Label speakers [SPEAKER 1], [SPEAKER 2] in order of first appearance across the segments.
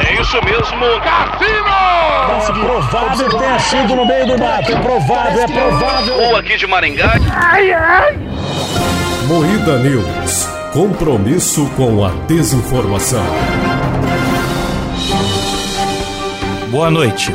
[SPEAKER 1] É isso mesmo, Cassino!
[SPEAKER 2] Mas provável tenha sido no meio do mato. É provável, é provável.
[SPEAKER 1] Ou aqui de Maringá.
[SPEAKER 3] Moída News. Compromisso com a desinformação.
[SPEAKER 4] Boa noite.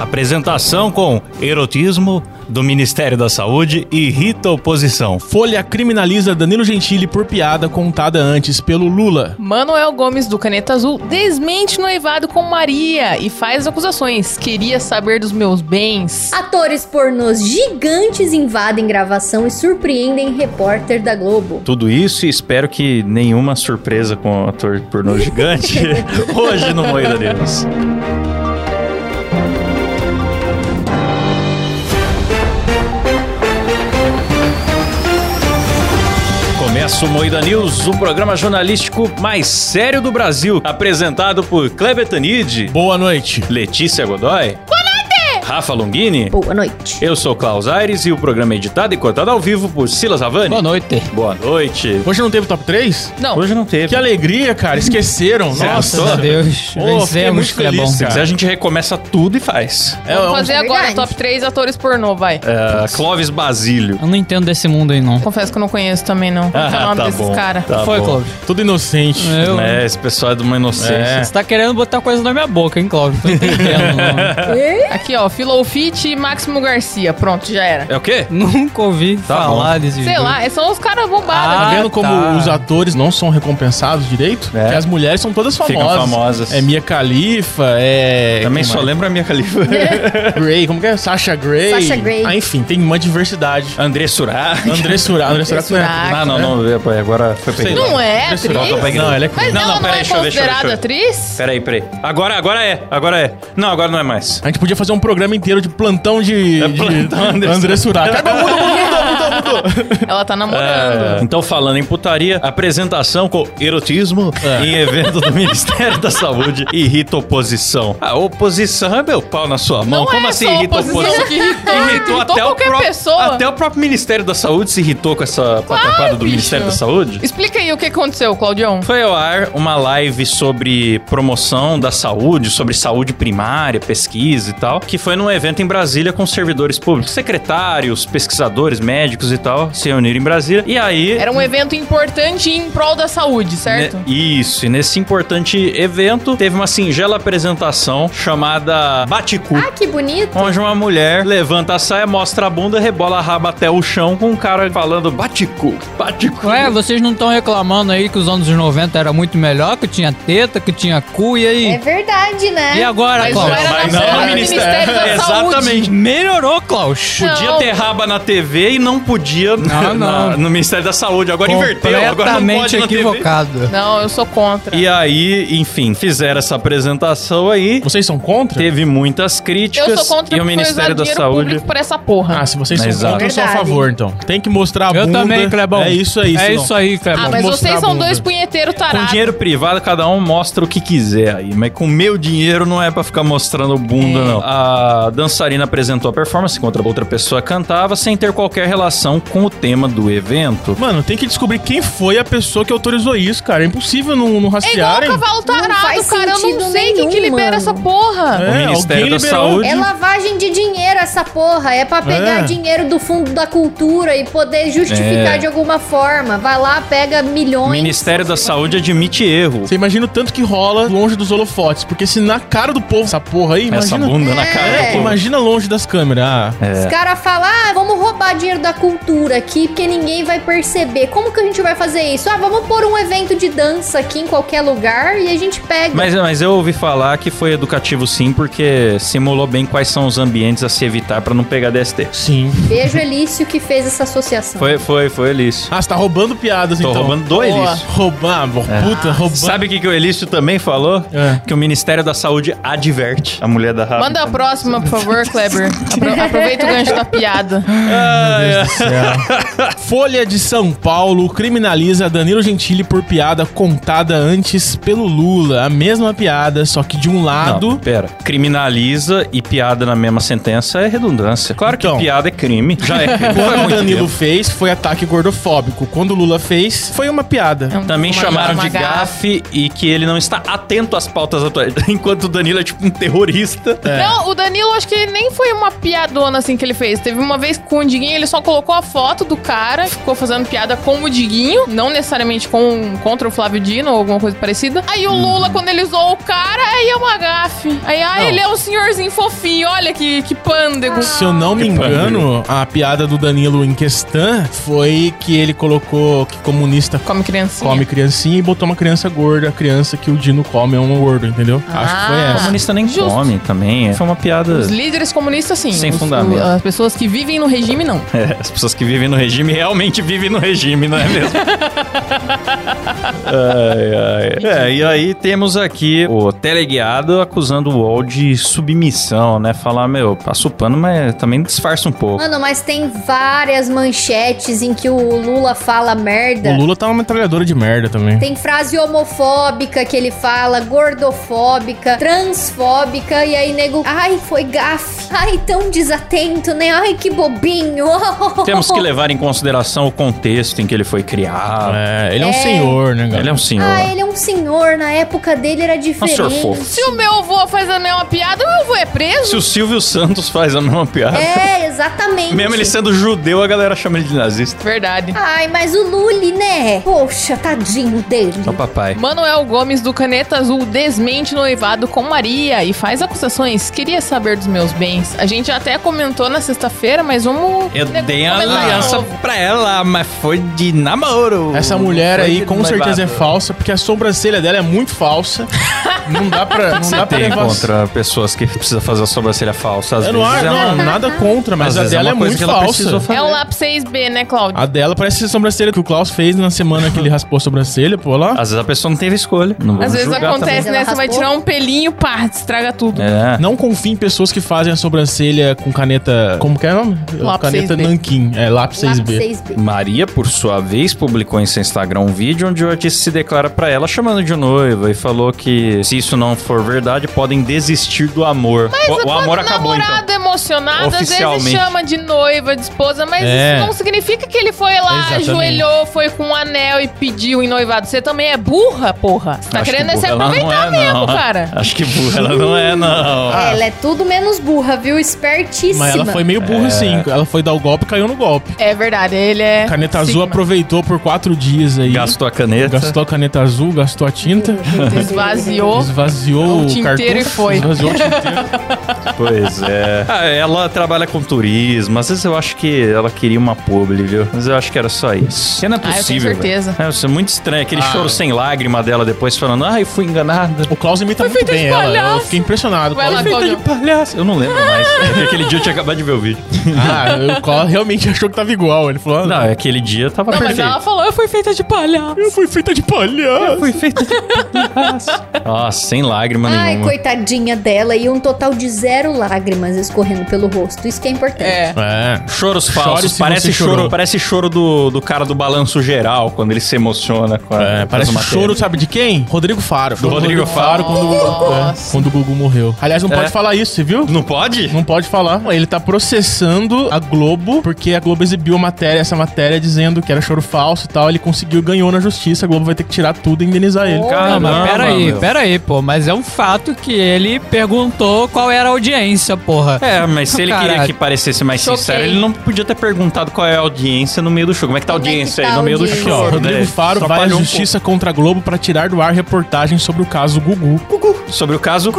[SPEAKER 4] Apresentação com erotismo do Ministério da Saúde e irrita oposição.
[SPEAKER 5] Folha criminaliza Danilo Gentili por piada contada antes pelo Lula.
[SPEAKER 6] Manuel Gomes do Caneta Azul desmente noivado com Maria e faz acusações. Queria saber dos meus bens.
[SPEAKER 7] Atores pornôs gigantes invadem gravação e surpreendem repórter da Globo.
[SPEAKER 4] Tudo isso e espero que nenhuma surpresa com o ator pornô gigante hoje no Moída News. Começa o Moída News, o programa jornalístico mais sério do Brasil, apresentado por Kleber Tanid,
[SPEAKER 5] Boa noite.
[SPEAKER 4] Letícia Godoy, Rafa Longini.
[SPEAKER 7] Boa noite.
[SPEAKER 4] Eu sou Klaus Aires e o programa é editado e cortado ao vivo por Silas Havani.
[SPEAKER 8] Boa noite.
[SPEAKER 4] Boa noite.
[SPEAKER 5] Hoje não teve top 3?
[SPEAKER 6] Não,
[SPEAKER 4] Hoje não teve.
[SPEAKER 5] Que alegria, cara. Esqueceram. Nossa.
[SPEAKER 8] Graças a
[SPEAKER 5] Ô,
[SPEAKER 8] Deus.
[SPEAKER 5] fiquei
[SPEAKER 8] Vencemos,
[SPEAKER 5] muito
[SPEAKER 8] que é
[SPEAKER 5] feliz,
[SPEAKER 8] bom.
[SPEAKER 4] Se quiser, a gente recomeça tudo e faz.
[SPEAKER 5] É,
[SPEAKER 6] vamos
[SPEAKER 5] um-
[SPEAKER 6] fazer
[SPEAKER 7] é
[SPEAKER 6] agora
[SPEAKER 7] verdade.
[SPEAKER 6] top 3 atores pornô, vai.
[SPEAKER 4] Ah, Clóvis Basílio.
[SPEAKER 8] Eu não entendo desse mundo aí, não.
[SPEAKER 6] Confesso que eu não conheço também, não. Qual que é o
[SPEAKER 4] Ah,
[SPEAKER 6] nome desses caras?
[SPEAKER 4] Tá
[SPEAKER 8] Foi,
[SPEAKER 4] bom.
[SPEAKER 8] Clóvis.
[SPEAKER 5] Tudo inocente.
[SPEAKER 8] Eu...
[SPEAKER 4] É, esse pessoal é de uma inocência.
[SPEAKER 8] Você tá querendo botar coisa na minha boca, hein, Clóvis? Tô entendendo, não.
[SPEAKER 6] Aqui, ó, Filofit e Máximo Garcia. Pronto, já era.
[SPEAKER 4] É, o quê?
[SPEAKER 8] Nunca ouvi
[SPEAKER 4] bom.
[SPEAKER 8] falar desse
[SPEAKER 6] Sei
[SPEAKER 8] jogo.
[SPEAKER 6] lá, são os caras bombados.
[SPEAKER 5] Tá
[SPEAKER 8] Ah,
[SPEAKER 5] vendo como
[SPEAKER 8] tá.
[SPEAKER 5] os atores não são recompensados direito?
[SPEAKER 4] É.
[SPEAKER 5] Porque as mulheres são todas
[SPEAKER 4] Ficam
[SPEAKER 5] famosas.
[SPEAKER 4] famosas.
[SPEAKER 5] É Mia Khalifa, é...
[SPEAKER 4] Também
[SPEAKER 5] quem
[SPEAKER 4] só
[SPEAKER 5] mais?
[SPEAKER 4] lembro a minha califa.
[SPEAKER 5] Grey, como que é? Sasha Grey.
[SPEAKER 7] Sasha Grey.
[SPEAKER 5] Ah, enfim, tem uma diversidade.
[SPEAKER 4] André Surá.
[SPEAKER 5] André Surak. André Surak não é atriz.
[SPEAKER 4] Ah, não, não, é, pô, agora foi
[SPEAKER 5] Sei
[SPEAKER 4] perdido.
[SPEAKER 5] lá.
[SPEAKER 6] Não é
[SPEAKER 5] André
[SPEAKER 6] atriz?
[SPEAKER 5] Surak.
[SPEAKER 4] Não,
[SPEAKER 5] Não, ela é
[SPEAKER 6] Mas
[SPEAKER 5] atriz.
[SPEAKER 4] Não,
[SPEAKER 6] ela
[SPEAKER 4] não,
[SPEAKER 6] não,
[SPEAKER 4] peraí,
[SPEAKER 6] é
[SPEAKER 4] deixa eu ver, deixa eu ver,
[SPEAKER 6] considerada atriz?
[SPEAKER 4] Peraí, peraí. Agora, agora é, agora é. Não, agora não é mais.
[SPEAKER 5] A gente podia fazer um programa inteiro de plantão de,
[SPEAKER 4] É plantão,
[SPEAKER 5] de
[SPEAKER 4] André
[SPEAKER 5] André Surak. Acabou, mudou, mudou, mudou, mudou.
[SPEAKER 6] Ela tá namorando.
[SPEAKER 4] É, então, falando em putaria, apresentação com erotismo em evento do Ministério da Saúde irrita oposição. A Ah, oposição é meu pau na sua mão.
[SPEAKER 6] Não
[SPEAKER 4] Como
[SPEAKER 6] é
[SPEAKER 4] assim
[SPEAKER 6] só a
[SPEAKER 4] irrita
[SPEAKER 6] oposição
[SPEAKER 4] oposição?
[SPEAKER 6] que irritou, irritou
[SPEAKER 4] até o
[SPEAKER 6] qualquer
[SPEAKER 4] próprio,
[SPEAKER 6] pessoa.
[SPEAKER 4] Até o próprio Ministério da Saúde se irritou com essa pataquada do
[SPEAKER 6] bicho.
[SPEAKER 4] Ministério da Saúde.
[SPEAKER 6] Explica aí o que aconteceu, Claudião.
[SPEAKER 4] Foi ao ar uma live sobre promoção da saúde, sobre saúde primária, pesquisa e tal, que foi num evento em Brasília com servidores públicos, secretários, pesquisadores, médicos e tal, se reuniram em Brasília. E aí.
[SPEAKER 6] Era um evento importante em prol da saúde,
[SPEAKER 4] Ne-
[SPEAKER 6] certo?
[SPEAKER 4] Né, Isso, e nesse importante evento teve uma singela apresentação chamada Baticu.
[SPEAKER 7] Ah, que bonito.
[SPEAKER 4] Onde uma mulher levanta a saia, mostra a bunda, rebola a raba até o chão com um cara falando baticu, baticu.
[SPEAKER 8] Ué, vocês não estão reclamando aí que os anos 90 era muito melhor, que tinha teta, que tinha cu, e aí?
[SPEAKER 7] É verdade, né?
[SPEAKER 8] E agora,
[SPEAKER 6] Mas não
[SPEAKER 8] Klaus?
[SPEAKER 6] era na
[SPEAKER 4] Mas não
[SPEAKER 6] porta
[SPEAKER 4] no
[SPEAKER 6] do Ministério
[SPEAKER 4] Ministério.
[SPEAKER 6] da Saúde.
[SPEAKER 4] Exatamente.
[SPEAKER 8] Melhorou, Klaus.
[SPEAKER 4] Podia
[SPEAKER 6] Não.
[SPEAKER 4] ter raba na TV e não podia na-
[SPEAKER 8] Não,
[SPEAKER 4] na-
[SPEAKER 8] não.
[SPEAKER 4] no Ministério da Saúde. Agora inverteu, agora não
[SPEAKER 8] Completamente
[SPEAKER 4] pode na TV.
[SPEAKER 8] equivocado.
[SPEAKER 6] Não, eu sou contra.
[SPEAKER 4] E aí, enfim, fizeram essa apresentação aí.
[SPEAKER 5] Vocês são contra?
[SPEAKER 4] Teve muitas críticas.
[SPEAKER 6] eu sou contra
[SPEAKER 4] e o
[SPEAKER 6] porque foi
[SPEAKER 4] Ministério
[SPEAKER 6] usar
[SPEAKER 4] da
[SPEAKER 6] dinheiro
[SPEAKER 4] Saúde. tá
[SPEAKER 6] público por essa porra.
[SPEAKER 5] Ah, se vocês são
[SPEAKER 4] Exato.
[SPEAKER 5] contra, eu sou a
[SPEAKER 7] Verdade.
[SPEAKER 5] favor, então. Tem que mostrar a
[SPEAKER 8] Eu
[SPEAKER 5] bunda.
[SPEAKER 8] também, Clebão.
[SPEAKER 5] É isso aí,
[SPEAKER 8] É
[SPEAKER 5] senão-
[SPEAKER 8] isso aí, Clebão.
[SPEAKER 6] Ah, mas
[SPEAKER 5] mostrar
[SPEAKER 6] vocês
[SPEAKER 5] a
[SPEAKER 6] são
[SPEAKER 5] bunda.
[SPEAKER 6] dois punheteiros
[SPEAKER 4] Com
[SPEAKER 6] tarados.
[SPEAKER 4] dinheiro privado, cada um mostra o que quiser aí. Mas com meu dinheiro não é pra ficar mostrando bunda, não. A dançarina apresentou a performance enquanto outra pessoa cantava, sem ter qualquer relação com o tema do evento.
[SPEAKER 5] Mano, tem que descobrir quem foi a pessoa que autorizou isso, cara. É impossível não, não
[SPEAKER 6] É igual o
[SPEAKER 5] rastrearem.
[SPEAKER 6] cavalo
[SPEAKER 7] Não
[SPEAKER 6] tarado,
[SPEAKER 7] faz
[SPEAKER 6] cara. Eu não
[SPEAKER 7] sentido
[SPEAKER 6] sei quem que
[SPEAKER 7] nenhum,
[SPEAKER 6] libera
[SPEAKER 7] mano.
[SPEAKER 6] essa porra.
[SPEAKER 5] É,
[SPEAKER 4] o Ministério
[SPEAKER 5] alguém
[SPEAKER 4] da
[SPEAKER 5] liberou.
[SPEAKER 4] Saúde.
[SPEAKER 7] É lavagem de dinheiro essa porra. É pra pegar
[SPEAKER 5] É.
[SPEAKER 7] dinheiro do fundo da cultura e poder justificar
[SPEAKER 4] É.
[SPEAKER 7] de alguma forma. Vai lá, pega
[SPEAKER 4] O
[SPEAKER 7] milhões.
[SPEAKER 4] Ministério da Saúde admite erro.
[SPEAKER 5] Você imagina o tanto que rola longe dos holofotes. Porque se na cara do povo essa porra aí,
[SPEAKER 4] Essa
[SPEAKER 5] imagina.
[SPEAKER 4] bunda na
[SPEAKER 7] É.
[SPEAKER 4] cara.
[SPEAKER 5] É,
[SPEAKER 4] pô.
[SPEAKER 5] imagina longe das câmeras. Ah,
[SPEAKER 7] Os caras falam, ah, vamos roubar dinheiro da cultura aqui, porque ninguém vai perceber. Como que a gente vai fazer isso? Ah, vamos pôr um evento de dança aqui em qualquer lugar e a gente pega.
[SPEAKER 4] Mas, mas eu ouvi falar que foi educativo sim, porque simulou bem quais são os ambientes a se evitar pra não pegar DST.
[SPEAKER 5] sim.
[SPEAKER 7] Beijo, Elício, que fez essa associação.
[SPEAKER 4] Foi, foi, foi, Elício.
[SPEAKER 5] Ah, você tá roubando piadas,
[SPEAKER 4] Tô
[SPEAKER 5] então.
[SPEAKER 4] roubando É. do
[SPEAKER 5] Boa.
[SPEAKER 4] Elício.
[SPEAKER 5] Roubar, bo- puta, roubando.
[SPEAKER 4] Sabe o que, que o Elício também falou?
[SPEAKER 5] É.
[SPEAKER 4] Que o Ministério da Saúde adverte a mulher da Rafa.
[SPEAKER 6] Manda a próxima, por favor, Kleber. Apro- Aproveita o gancho da piada.
[SPEAKER 5] Folha de São Paulo criminaliza Danilo Gentili por piada contada antes pelo Lula. A mesma piada, só Só que de um
[SPEAKER 4] Não,
[SPEAKER 5] lado.
[SPEAKER 4] pera. Criminaliza e piada na mesma sentença é redundância. Claro
[SPEAKER 5] Então.
[SPEAKER 4] que piada é crime. Já é crime. faz
[SPEAKER 5] Quando o
[SPEAKER 4] muito
[SPEAKER 5] Danilo
[SPEAKER 4] tempo.
[SPEAKER 5] fez, foi ataque gordofóbico. Quando o Lula fez, foi uma piada.
[SPEAKER 6] É um-
[SPEAKER 4] Também
[SPEAKER 6] uma-
[SPEAKER 4] chamaram
[SPEAKER 6] uma
[SPEAKER 4] de gafe e que ele não está atento às pautas atuais. Enquanto o Danilo é tipo um terrorista.
[SPEAKER 5] É.
[SPEAKER 6] Não, o Danilo acho que nem foi uma piadona assim que ele fez. Teve uma vez com o Diguinho, ele só colocou a foto do cara, ficou fazendo piada com o Diguinho, não necessariamente com, contra o Flávio Dino ou alguma coisa parecida. Aí o Lula, quando ele zoou o cara, aí é uma gafe. Aí, ah, ele é um senhorzinho fofinho, olha que, que pândego.
[SPEAKER 5] Se eu não me
[SPEAKER 4] Que
[SPEAKER 5] engano, a piada do Danilo em questão foi que ele colocou que comunista
[SPEAKER 6] Come criancinha.
[SPEAKER 5] come criancinha e botou uma criança gorda. A criança que o Dino come é um gordo, entendeu? Acho que foi
[SPEAKER 6] Ah.
[SPEAKER 5] essa.
[SPEAKER 4] comunista nem
[SPEAKER 6] Justo.
[SPEAKER 4] come também. é. Foi uma piada.
[SPEAKER 6] Os líderes comunistas, sim.
[SPEAKER 4] Sem
[SPEAKER 6] Os-
[SPEAKER 4] fundamento.
[SPEAKER 6] as pessoas que vivem no regime, não.
[SPEAKER 4] É, as pessoas que vivem no regime realmente vivem no regime, não é mesmo? ai, ai. É, e aí temos aqui o teleguiado acusando o UOL de submissão, né? Falar, meu, passa o pano, mas também disfarça um pouco.
[SPEAKER 7] Mano, mas tem várias manchetes em que o Lula fala merda.
[SPEAKER 5] O Lula tá uma metralhadora de merda também.
[SPEAKER 7] Tem frase homofóbica que ele fala, gordofóbica, transfóbica, e aí nego. Ai, foi gafe. Ai, tão desatento, né? Ai, que bobinho.
[SPEAKER 4] Temos que levar em consideração o contexto em que ele foi criado.
[SPEAKER 5] É, ele é um
[SPEAKER 7] É.
[SPEAKER 5] senhor, né, galera?
[SPEAKER 4] Ele é um senhor.
[SPEAKER 7] Ah, ele é um senhor, na época dele era
[SPEAKER 4] É um senhor
[SPEAKER 7] diferente.
[SPEAKER 4] fofo.
[SPEAKER 6] Se o meu avô faz a mesma piada, o meu avô é preso.
[SPEAKER 4] Se o Silvio Santos faz a mesma piada,
[SPEAKER 7] É, exatamente.
[SPEAKER 4] mesmo ele sendo judeu, a galera chama ele de nazista.
[SPEAKER 6] Verdade.
[SPEAKER 7] Ai, mas o Lully, né? Poxa, tadinho dele.
[SPEAKER 4] É o papai.
[SPEAKER 6] Manuel Gomes do Caneta Azul desmente noivado com Maria e faz acusações. Queria saber dos meus bens. A gente até comentou na sexta-feira, mas vamos.
[SPEAKER 4] Eu
[SPEAKER 6] né,
[SPEAKER 4] dei É a
[SPEAKER 6] comentar de
[SPEAKER 4] aliança
[SPEAKER 6] novo.
[SPEAKER 4] pra ela, mas foi de namoro.
[SPEAKER 5] Ah. Essa mulher
[SPEAKER 4] Foi
[SPEAKER 5] aí
[SPEAKER 4] de
[SPEAKER 5] com certeza é
[SPEAKER 4] noivado.
[SPEAKER 5] falsa, porque a sobrancelha dela é muito falsa. não dá pra, não
[SPEAKER 4] Você
[SPEAKER 5] dá pra
[SPEAKER 4] tem
[SPEAKER 5] levar.
[SPEAKER 4] contra pessoas que precisa fazer a sobrancelha falsa. Às
[SPEAKER 5] Eu não
[SPEAKER 4] vezes
[SPEAKER 5] acho,
[SPEAKER 4] é uma-
[SPEAKER 5] não, nada contra,
[SPEAKER 4] às
[SPEAKER 5] né? mas a
[SPEAKER 4] vezes
[SPEAKER 5] dela é,
[SPEAKER 4] uma coisa
[SPEAKER 5] muito
[SPEAKER 4] que ela precisou
[SPEAKER 5] falsa.
[SPEAKER 4] fazer.
[SPEAKER 6] É o lápis 6B, né,
[SPEAKER 4] Ah,
[SPEAKER 6] Cláudio?
[SPEAKER 5] A dela parece a sobrancelha que o Klaus fez na semana que ele raspou a sobrancelha, pô lá.
[SPEAKER 4] Às vezes a pessoa não teve escolha. Não vou
[SPEAKER 6] Às vezes
[SPEAKER 4] julgar
[SPEAKER 6] acontece,
[SPEAKER 7] também.
[SPEAKER 6] né? Você vai tirar um pelinho, pá, estraga tudo.
[SPEAKER 4] também. É.
[SPEAKER 5] Não confie em pessoas que fazem a sobrancelha com caneta. Como que é o nome?
[SPEAKER 6] Lápis
[SPEAKER 5] caneta
[SPEAKER 6] 6B.
[SPEAKER 5] nanquim. É, lápis
[SPEAKER 7] Lá pro
[SPEAKER 5] 6B.
[SPEAKER 7] 6B.
[SPEAKER 4] Maria, por sua vez, publicou em seu Instagram um vídeo onde o artista se declara pra ela chamando de noiva e falou que se isso não for verdade, podem desistir do amor. o, o amor acabou
[SPEAKER 6] namorado
[SPEAKER 4] então.
[SPEAKER 6] emocionado, às vezes
[SPEAKER 4] Oficialmente.
[SPEAKER 6] chama de noiva, de esposa, mas
[SPEAKER 5] É.
[SPEAKER 6] isso não significa que ele foi lá,
[SPEAKER 5] Exatamente.
[SPEAKER 6] ajoelhou, foi com um anel e pediu em noivado. Você também é burra, porra. Você tá
[SPEAKER 4] Acho que
[SPEAKER 6] querendo é se
[SPEAKER 4] burra ela não
[SPEAKER 6] aproveitar
[SPEAKER 4] é,
[SPEAKER 6] mesmo,
[SPEAKER 4] não.
[SPEAKER 6] cara.
[SPEAKER 4] Acho que burra ela não é, não.
[SPEAKER 7] Ela é tudo menos burra, viu? Espertíssima.
[SPEAKER 5] Mas ela foi meio
[SPEAKER 4] É.
[SPEAKER 5] burra, sim. Ela foi dar o golpe e caiu no golpe.
[SPEAKER 6] É verdade, ele é.
[SPEAKER 5] Caneta azul
[SPEAKER 6] sigma.
[SPEAKER 5] aproveitou por quatro dias aí.
[SPEAKER 4] Gastou a caneta.
[SPEAKER 5] Gastou a caneta azul, gastou a tinta.
[SPEAKER 6] Esvaziou.
[SPEAKER 5] Esvaziou
[SPEAKER 6] O
[SPEAKER 5] o
[SPEAKER 6] tinteiro
[SPEAKER 5] cartucho,
[SPEAKER 6] e foi.
[SPEAKER 5] Esvaziou tipo, o tinteiro.
[SPEAKER 4] Pois é. Ah, ela trabalha com turismo. Às vezes eu acho que ela queria uma publi, viu? Mas eu acho que era só isso. Que não é
[SPEAKER 6] Ah, eu tenho
[SPEAKER 4] possível.
[SPEAKER 6] certeza.
[SPEAKER 4] velho. É, isso é muito estranho. Aquele
[SPEAKER 5] Ah.
[SPEAKER 4] choro sem lágrima dela depois falando, ah, eu fui enganada.
[SPEAKER 5] O Klaus imita muito
[SPEAKER 6] feito de
[SPEAKER 5] bem ela. Eu
[SPEAKER 6] palhaço.
[SPEAKER 5] fiquei impressionado.
[SPEAKER 6] Vai
[SPEAKER 5] com
[SPEAKER 6] lá,
[SPEAKER 5] ela.
[SPEAKER 6] Cláudio.
[SPEAKER 4] Palhaço. Eu não lembro mais. É que aquele dia eu tinha acabado de ver o vídeo.
[SPEAKER 5] Ah, o Klaus realmente achou que tava igual. Ele falou: ah,
[SPEAKER 4] Não, é aquele dia tava
[SPEAKER 6] Não, mas
[SPEAKER 4] perfeito.
[SPEAKER 6] ela falou, eu fui feita de palhaço.
[SPEAKER 5] eu fui feita de palhaço.
[SPEAKER 4] Foi feito de Nossa, sem lágrima
[SPEAKER 7] Ai,
[SPEAKER 4] nenhuma.
[SPEAKER 7] coitadinha dela. E um total de zero lágrimas escorrendo pelo rosto. Isso que é importante.
[SPEAKER 6] É.
[SPEAKER 5] É.
[SPEAKER 4] Choros
[SPEAKER 5] Chore
[SPEAKER 4] falsos.
[SPEAKER 5] se você
[SPEAKER 4] parece, choro,
[SPEAKER 5] chorou.
[SPEAKER 4] parece choro do, do cara do balanço geral, quando ele se emociona com a.
[SPEAKER 5] É,
[SPEAKER 4] com as
[SPEAKER 5] parece
[SPEAKER 4] matérias.
[SPEAKER 5] choro, sabe de quem? Rodrigo Faro.
[SPEAKER 4] Do Rodrigo Faro.
[SPEAKER 5] quando, é,
[SPEAKER 6] Nossa.
[SPEAKER 5] quando o Gugu morreu. Aliás, não
[SPEAKER 4] É.
[SPEAKER 5] pode falar isso, você viu?
[SPEAKER 4] Não pode?
[SPEAKER 5] Não pode falar. Ele tá processando a Globo, porque a Globo exibiu a matéria, essa matéria dizendo que era choro falso e tal. Ele conseguiu, ganhou na justiça. A Globo vai ter que tirar tudo e indenizar ele.
[SPEAKER 8] Não,
[SPEAKER 4] Caramba,
[SPEAKER 8] mas peraí,
[SPEAKER 4] meu.
[SPEAKER 8] peraí, pô. Mas é um fato que ele perguntou qual era a audiência, porra.
[SPEAKER 4] É, mas se ele queria
[SPEAKER 8] Caralho.
[SPEAKER 4] que parecesse mais
[SPEAKER 6] Choquei.
[SPEAKER 4] sincero, ele não podia ter perguntado qual é a audiência no meio do show. Como é que tá a
[SPEAKER 7] Como é que
[SPEAKER 4] audiência
[SPEAKER 7] tá
[SPEAKER 4] aí
[SPEAKER 7] a
[SPEAKER 4] no meio do
[SPEAKER 7] audiência?
[SPEAKER 4] show?
[SPEAKER 5] Aqui, ó, Rodrigo
[SPEAKER 4] É,
[SPEAKER 5] Faro vai à
[SPEAKER 4] atrapalhou um
[SPEAKER 5] justiça contra a Globo pra tirar do ar reportagem sobre o caso Gugu.
[SPEAKER 4] pouco. Sobre o caso.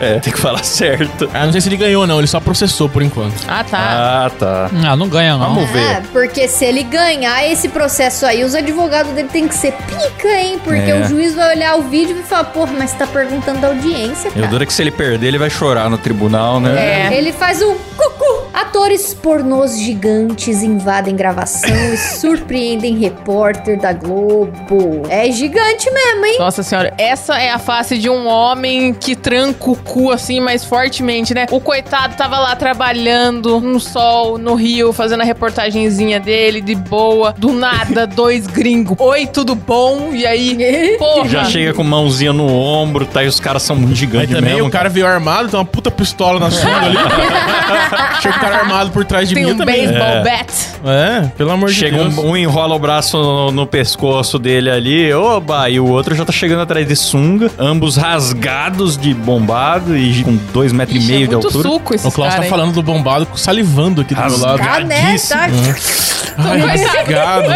[SPEAKER 4] É, tem que falar certo.
[SPEAKER 5] Ah, não sei se ele ganhou ou não, ele só processou por enquanto.
[SPEAKER 6] Ah, tá.
[SPEAKER 4] Ah, tá.
[SPEAKER 8] Ah, não ganha, não.
[SPEAKER 4] Vamos
[SPEAKER 7] Ah,
[SPEAKER 4] ver.
[SPEAKER 7] porque se ele ganhar esse processo aí, os advogados dele tem que ser pica, hein? Porque
[SPEAKER 4] É.
[SPEAKER 7] o juiz vai olhar o vídeo e falar, porra, mas tá perguntando da audiência,
[SPEAKER 4] Eu
[SPEAKER 7] cara.
[SPEAKER 4] duro é que se ele perder, ele vai chorar no tribunal, né?
[SPEAKER 6] É.
[SPEAKER 7] Ele faz um cucu. Atores pornôs gigantes invadem gravação e surpreendem repórter da Globo. É gigante mesmo, hein?
[SPEAKER 6] Nossa senhora, essa é a face de um homem que tranca o cu assim, mais fortemente, né? O coitado tava lá trabalhando no sol, no rio, fazendo a reportagenzinha dele, de boa. Do nada, dois gringos. Oi, tudo bom? E aí, porra.
[SPEAKER 4] Já chega com mãozinha no ombro, tá? E os caras são muito
[SPEAKER 5] Aí
[SPEAKER 4] gigantes
[SPEAKER 5] também
[SPEAKER 4] mesmo.
[SPEAKER 5] o cara veio armado, tem uma puta pistola na sunga ali. Chega o cara armado por trás de
[SPEAKER 6] Tem
[SPEAKER 5] mim eu
[SPEAKER 6] um
[SPEAKER 5] também.
[SPEAKER 6] baseball bat.
[SPEAKER 5] É, pelo amor
[SPEAKER 4] Chega
[SPEAKER 5] de Deus.
[SPEAKER 4] um, um enrola o braço no, no pescoço dele ali, oba, e o outro já tá chegando atrás de sunga, ambos rasgados de bombado e com dois metros e
[SPEAKER 6] Ixi,
[SPEAKER 4] meio
[SPEAKER 6] é
[SPEAKER 4] de
[SPEAKER 6] muito
[SPEAKER 4] altura.
[SPEAKER 6] suco esse
[SPEAKER 5] O Klaus
[SPEAKER 6] cara,
[SPEAKER 5] tá
[SPEAKER 6] hein?
[SPEAKER 5] falando do bombado salivando aqui do meu lado.
[SPEAKER 7] Ah, né? Tá.
[SPEAKER 5] Ai, tá rasgado.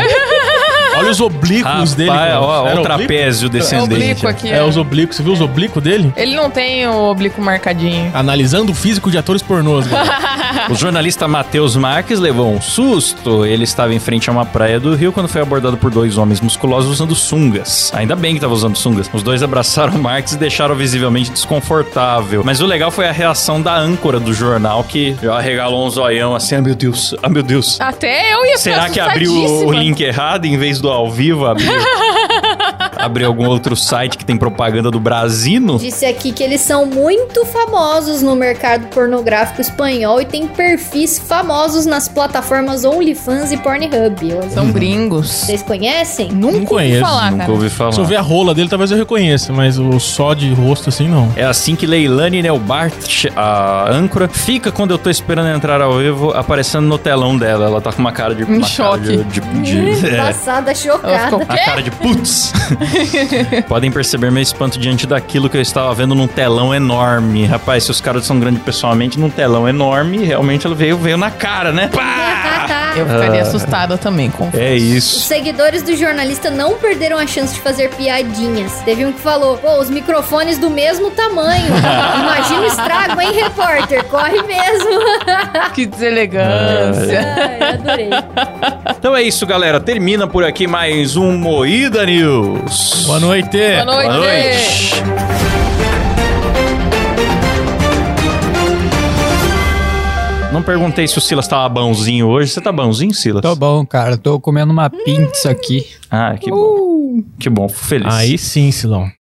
[SPEAKER 5] Olha os oblíquos
[SPEAKER 4] Rapaz,
[SPEAKER 5] dele. Klaus.
[SPEAKER 4] ó,
[SPEAKER 5] Era
[SPEAKER 4] ó, o
[SPEAKER 5] oblíquo?
[SPEAKER 4] trapézio descendente.
[SPEAKER 6] Oblíquo aqui.
[SPEAKER 5] É, os oblíquos. Você viu os oblíquos dele?
[SPEAKER 6] Ele não tem o oblíquo marcadinho.
[SPEAKER 5] Analisando o físico de atores pornôs. galera.
[SPEAKER 4] O jornalista Matheus Marques levou um susto. Ele estava em frente a uma praia do Rio quando foi abordado por dois homens musculosos usando sungas. Ainda bem que estava usando sungas. Os dois abraçaram o Marques e deixaram visivelmente desconfortável. Mas o legal foi a reação da âncora do jornal, que já regalou um zoião assim: ah, meu Deus, ah, meu Deus.
[SPEAKER 6] Até eu ia ficar
[SPEAKER 4] Será que abriu o o
[SPEAKER 6] assustadíssima.
[SPEAKER 4] link errado em vez do ao vivo? Abriu. Abriu algum outro site que tem propaganda do Brasino?
[SPEAKER 7] Disse aqui que eles são muito famosos no mercado pornográfico espanhol e tem perfis famosos nas plataformas OnlyFans e Pornhub. Eu-
[SPEAKER 6] São gringos.
[SPEAKER 7] Vocês conhecem?
[SPEAKER 6] Nunca ouvi
[SPEAKER 5] conheço,
[SPEAKER 6] falar,
[SPEAKER 4] Nunca
[SPEAKER 6] Ah, cara.
[SPEAKER 4] ouvi falar.
[SPEAKER 5] Se eu ver a rola dele, talvez eu reconheça, mas o só de rosto assim, não.
[SPEAKER 4] É assim que Leilani Neubart, a âncora, fica quando eu tô esperando entrar ao vivo, aparecendo no telão dela. Ela tá com uma cara de.
[SPEAKER 6] Em
[SPEAKER 4] uma cara
[SPEAKER 6] choque.
[SPEAKER 4] de- de- de- é,
[SPEAKER 7] Passada,
[SPEAKER 6] Ela ficou
[SPEAKER 7] chocada.
[SPEAKER 4] a cara de putz. Podem perceber meu espanto diante daquilo que eu estava vendo num telão enorme. Rapaz, se os caras são grandes pessoalmente, num telão enorme, realmente ela veio, veio na cara, né? Pá!
[SPEAKER 6] Eu
[SPEAKER 4] Ah.
[SPEAKER 6] ficaria assustada também, confesso.
[SPEAKER 4] É
[SPEAKER 7] Os
[SPEAKER 4] isso.
[SPEAKER 7] seguidores do jornalista não perderam a chance de fazer piadinhas. Teve um que falou: Pô, os microfones do mesmo tamanho. Imagina o estrago, hein, repórter? Corre mesmo.
[SPEAKER 6] Ah, Que deselegância.
[SPEAKER 7] Ai, adorei.
[SPEAKER 4] Então é isso, galera. Termina por aqui mais um Moída News.
[SPEAKER 5] Boa noite.
[SPEAKER 6] Boa noite.
[SPEAKER 4] É. Boa noite. Não perguntei se o Silas tava bonzinho hoje. Você tá bonzinho, Silas?
[SPEAKER 8] Tô bom, cara. Tô comendo uma pizza aqui.
[SPEAKER 4] Ah, que bom. Que bom, fico feliz.
[SPEAKER 5] Aí sim, Silão.